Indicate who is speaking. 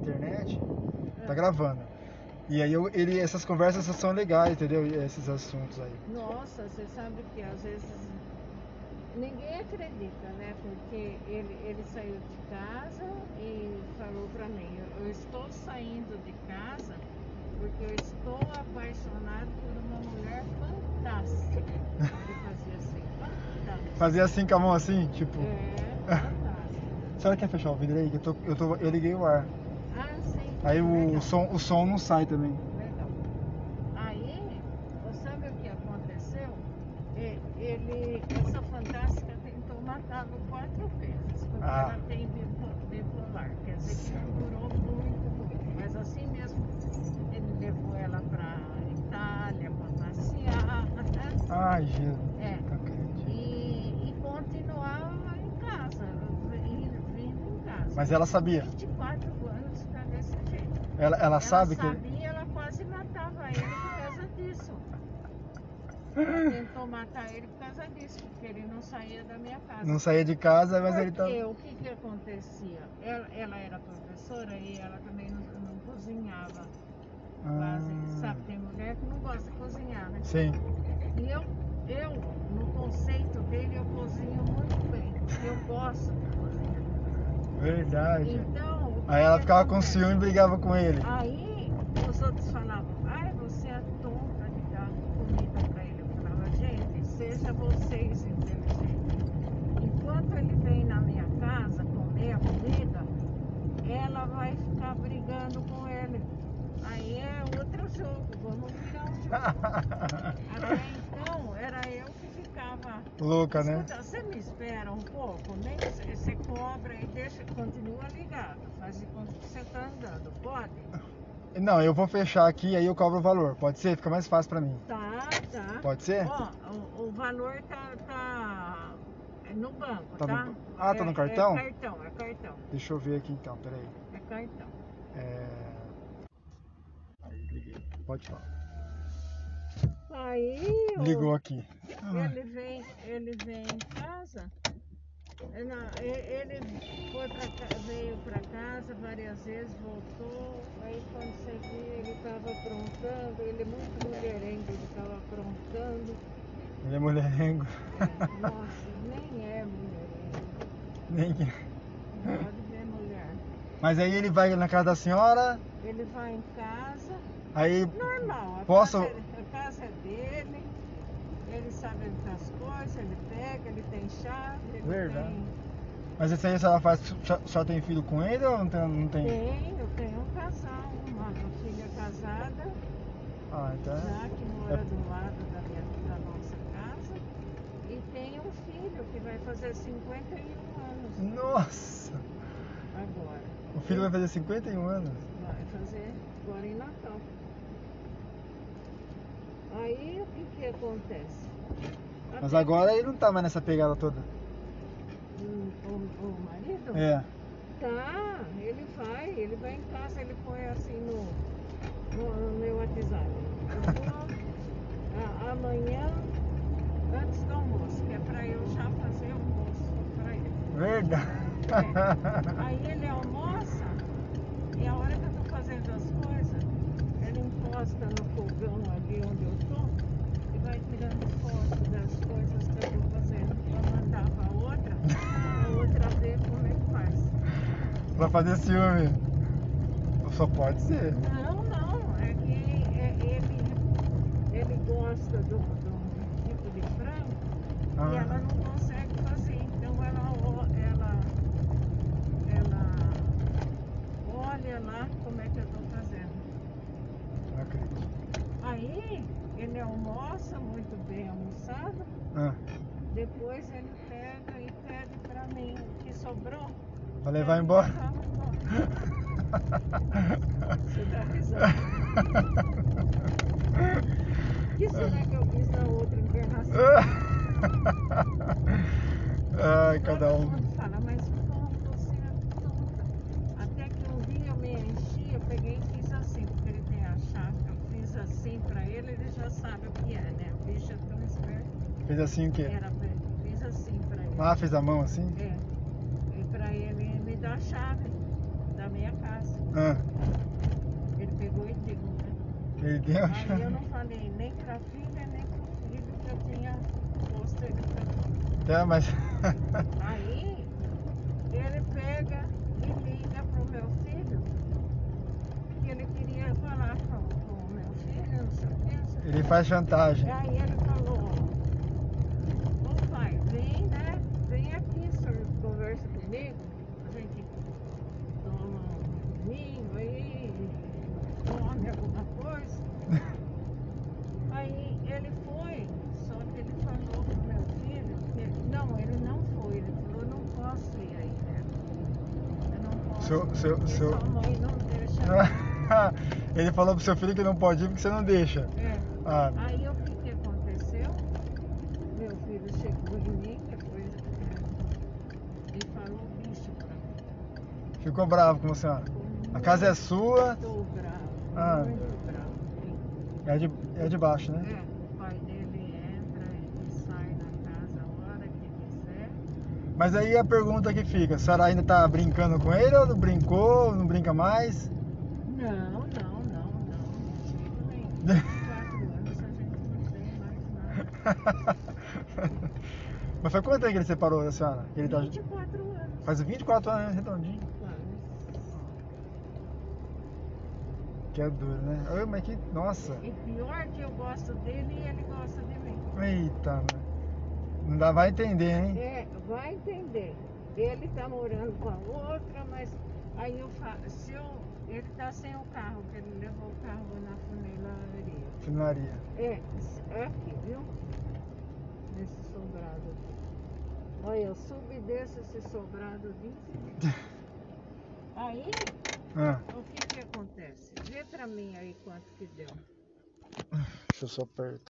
Speaker 1: internet, tá gravando. E aí eu, ele, essas conversas são legais, entendeu? E Esses assuntos aí.
Speaker 2: Nossa, você sabe que às vezes ninguém acredita, né? Porque ele, ele saiu de casa e falou pra mim, eu, eu estou saindo de casa porque eu estou apaixonado por uma mulher fantástica. Ele fazia assim, fantástica.
Speaker 1: Fazer assim com a mão assim, tipo.
Speaker 2: É, fantástica.
Speaker 1: Será que é fechar o vidro aí? Que Eu, tô, eu, tô, eu liguei o ar.
Speaker 2: Ah, sim.
Speaker 1: Aí o
Speaker 2: legal.
Speaker 1: som, o som não sai também.
Speaker 2: Legal. Então, Aí, você sabe o que aconteceu? É, Ele, essa fantástica tentou matá-lo quatro vezes, porque
Speaker 1: Ah.
Speaker 2: ela tem bipo- bipolar, quer dizer que durou muito, muito. Mas assim mesmo, ele levou ela pra Itália pra passear,
Speaker 1: Ai, Jesus.
Speaker 2: É.
Speaker 1: Tá acredito.
Speaker 2: e, e continuava em casa, vindo, vindo em casa.
Speaker 1: Mas ela sabia.
Speaker 2: 24 anos tá desse jeito.
Speaker 1: Ela, ela, sabe que.
Speaker 2: Ela sabia, ela quase matava ele por causa disso. Ela tentou matar ele por causa disso, porque ele não saía da minha casa.
Speaker 1: Não saía de casa, mas ele tá.
Speaker 2: Porque o que que acontecia? Ela, ela era professora e ela também não, não cozinhava
Speaker 1: Ah.
Speaker 2: quase. Sabe, tem mulher que não gosta de cozinhar, né?
Speaker 1: Sim.
Speaker 2: E eu, eu, no conceito dele, eu cozinho muito bem. Eu gosto de cozinhar.
Speaker 1: Verdade.
Speaker 2: Então, o que
Speaker 1: Aí ela
Speaker 2: que
Speaker 1: ficava com
Speaker 2: acontece?
Speaker 1: ciúme e brigava com ele.
Speaker 2: Aí os outros falavam, ai, você é tonta de dar comida pra ele. Eu falava, gente, seja vocês inteligentes. Enquanto ele vem na minha casa comer a comida, ela vai ficar brigando com ele. Aí é outro jogo, vamos virar um jogo. Até então era eu que ficava.
Speaker 1: Louca, né?
Speaker 2: Escuta, você me espera um pouco, nem que você- você cobra e deixa, continua ligado, faz de conta que você tá andando, pode?
Speaker 1: Não, eu vou fechar aqui aí eu cobro o valor. Pode ser? Fica mais fácil pra mim.
Speaker 2: Tá, tá.
Speaker 1: Pode ser?
Speaker 2: Ó, o, o valor tá, tá é no banco,
Speaker 1: Tá
Speaker 2: tá?
Speaker 1: no ba- Ah, tá no
Speaker 2: É-
Speaker 1: cartão?
Speaker 2: É cartão, é cartão,
Speaker 1: Deixa eu ver aqui então, peraí.
Speaker 2: é cartão.
Speaker 1: É... Aí, liguei. Pode falar.
Speaker 2: Aí o-
Speaker 1: Ligou aqui. Ah.
Speaker 2: ele vem, ele vem em casa. é, não, e- ele foi pra, ca- veio pra casa várias vezes, voltou, aí quando você viu ele tava aprontando, ele é muito mulherengo, ele tava aprontando.
Speaker 1: Ele é mulherengo.
Speaker 2: Nossa, nem é mulherengo,
Speaker 1: Nem-
Speaker 2: não pode ver mulher.
Speaker 1: Mas aí ele vai na casa da senhora,
Speaker 2: Ele vai em casa,
Speaker 1: aí.
Speaker 2: normal. A,
Speaker 1: Posso-
Speaker 2: casa, é- a casa é dele, ele sabe das coisas, ele pega, ele tem chave, ele
Speaker 1: Verdade. Mas esse aí a senhora faz. Só, só tem filho com ele ou não tem? Não
Speaker 2: tem.
Speaker 1: tem?
Speaker 2: Tem, eu tenho um casal, uma uma filha casada,
Speaker 1: Ah, então.
Speaker 2: já
Speaker 1: é-
Speaker 2: que mora do lado da, minha, da nossa casa, e tem um filho que vai fazer 51 anos
Speaker 1: Nossa!
Speaker 2: agora.
Speaker 1: O filho vai fazer 51 anos.
Speaker 2: Vai fazer agora em Natal. Aí o que que acontece? A
Speaker 1: Mas
Speaker 2: pe-
Speaker 1: agora ele não tá mais nessa pegada toda.
Speaker 2: o, o- o marido?
Speaker 1: É.
Speaker 2: Tá, ele vai, ele vai em casa, ele põe assim no, no, no meu WhatsApp. Eu vou, a- amanhã, antes do almoço, que é pra eu já fazer almoço pra ele.
Speaker 1: Verdade.
Speaker 2: É. Aí ele almoça e a hora que eu tô fazendo as coisas, ele encosta no fogão ali onde eu tô e vai tirando foto das coisas que eu tô fazendo pra mandar pra outra, pra outra ver como é que faz.
Speaker 1: Pra fazer ciúme. Só pode ser.
Speaker 2: Não, não, é que é, ele, ele gosta do, do tipo de frango e ela
Speaker 1: Ah,
Speaker 2: não consegue fazer. Então ela, o- ela, ela olha lá como é que eu estou fazendo.
Speaker 1: não acredito.
Speaker 2: Aí ele almoça muito bem almoçado,
Speaker 1: Ah,
Speaker 2: depois ele pega e pede para mim o que sobrou.
Speaker 1: vai levar
Speaker 2: ele
Speaker 1: embora.
Speaker 2: leva embora. Você dá risada. O que
Speaker 1: Ah.
Speaker 2: será é que eu fiz na outra encarnação?
Speaker 1: Ai, cada
Speaker 2: Todo
Speaker 1: um.
Speaker 2: mundo fala, mas como você é tonta. Até que um dia eu me enchi, eu peguei e fiz assim, porque ele tem a chave, eu fiz assim pra ele, ele já sabe o que é, né? O bicho é tão esperto.
Speaker 1: Fez assim o quê?
Speaker 2: Era pra ele, fiz assim pra ele.
Speaker 1: Ah, fez a mão assim?
Speaker 2: É. E pra ele me dar a chave da minha casa.
Speaker 1: Ah,
Speaker 2: Ele pegou e deu, né?
Speaker 1: ele deu.
Speaker 2: Aí eu não falei nem pra filha, nem pro filho que eu tinha posto ele pra
Speaker 1: Tá, mas.
Speaker 2: Aí ele pega e liga pro meu filho, que ele queria falar com, com o meu filho, não sei o que, não sei o
Speaker 1: ele faz
Speaker 2: que.
Speaker 1: chantagem.
Speaker 2: Aí ele falou, ô pai, vem, né? Vem aqui, senhor, conversa comigo, a gente toma um vinho aí, come alguma coisa. Aí ele foi, só que ele falou pro meu filho, que ele- não, ele não foi, ele falou, não posso ir aí, né? Eu não posso,
Speaker 1: Seu- seu-
Speaker 2: porque
Speaker 1: seu-
Speaker 2: sua mãe não deixa.
Speaker 1: ele falou pro seu filho que não pode ir porque você não deixa.
Speaker 2: É.
Speaker 1: Ah,
Speaker 2: Aí o que que aconteceu? Meu filho chegou em mim depois né, e falou bicho pra mim.
Speaker 1: ficou bravo com a senhora.
Speaker 2: Ficou
Speaker 1: A casa é
Speaker 2: muito
Speaker 1: sua,
Speaker 2: bravo,
Speaker 1: Ah.
Speaker 2: muito bravo.
Speaker 1: é de, é de baixo, né?
Speaker 2: É, o pai dele entra e sai da casa a hora que quiser.
Speaker 1: Mas aí a pergunta que fica, a senhora ainda tá brincando com ele ou não brincou, não brinca mais?
Speaker 2: Não, não, não, não. De jeito nenhum. Com Quatro anos a gente não tem mais nada.
Speaker 1: Mas foi quanto tempo que ele separou da senhora? Que Ele tá...
Speaker 2: 24 anos.
Speaker 1: Faz 24 anos né? redondinho. Que é duro, né? Ai, mas que. Nossa!
Speaker 2: E pior que eu gosto dele e ele gosta de mim.
Speaker 1: Eita, mano. Não dá, vai entender, hein?
Speaker 2: É, vai entender. Ele tá morando com a outra, mas aí eu falo, se eu, ele tá sem o carro, que ele levou o carro na funelaria.
Speaker 1: Finaria.
Speaker 2: É, s- é aqui, viu? Nesse sobrado aqui. Olha, eu subo e desço esse sobrado de infinito. Aí,
Speaker 1: Ah,
Speaker 2: o que que acontece? Vê pra mim aí quanto que deu.
Speaker 1: deixa eu só perto.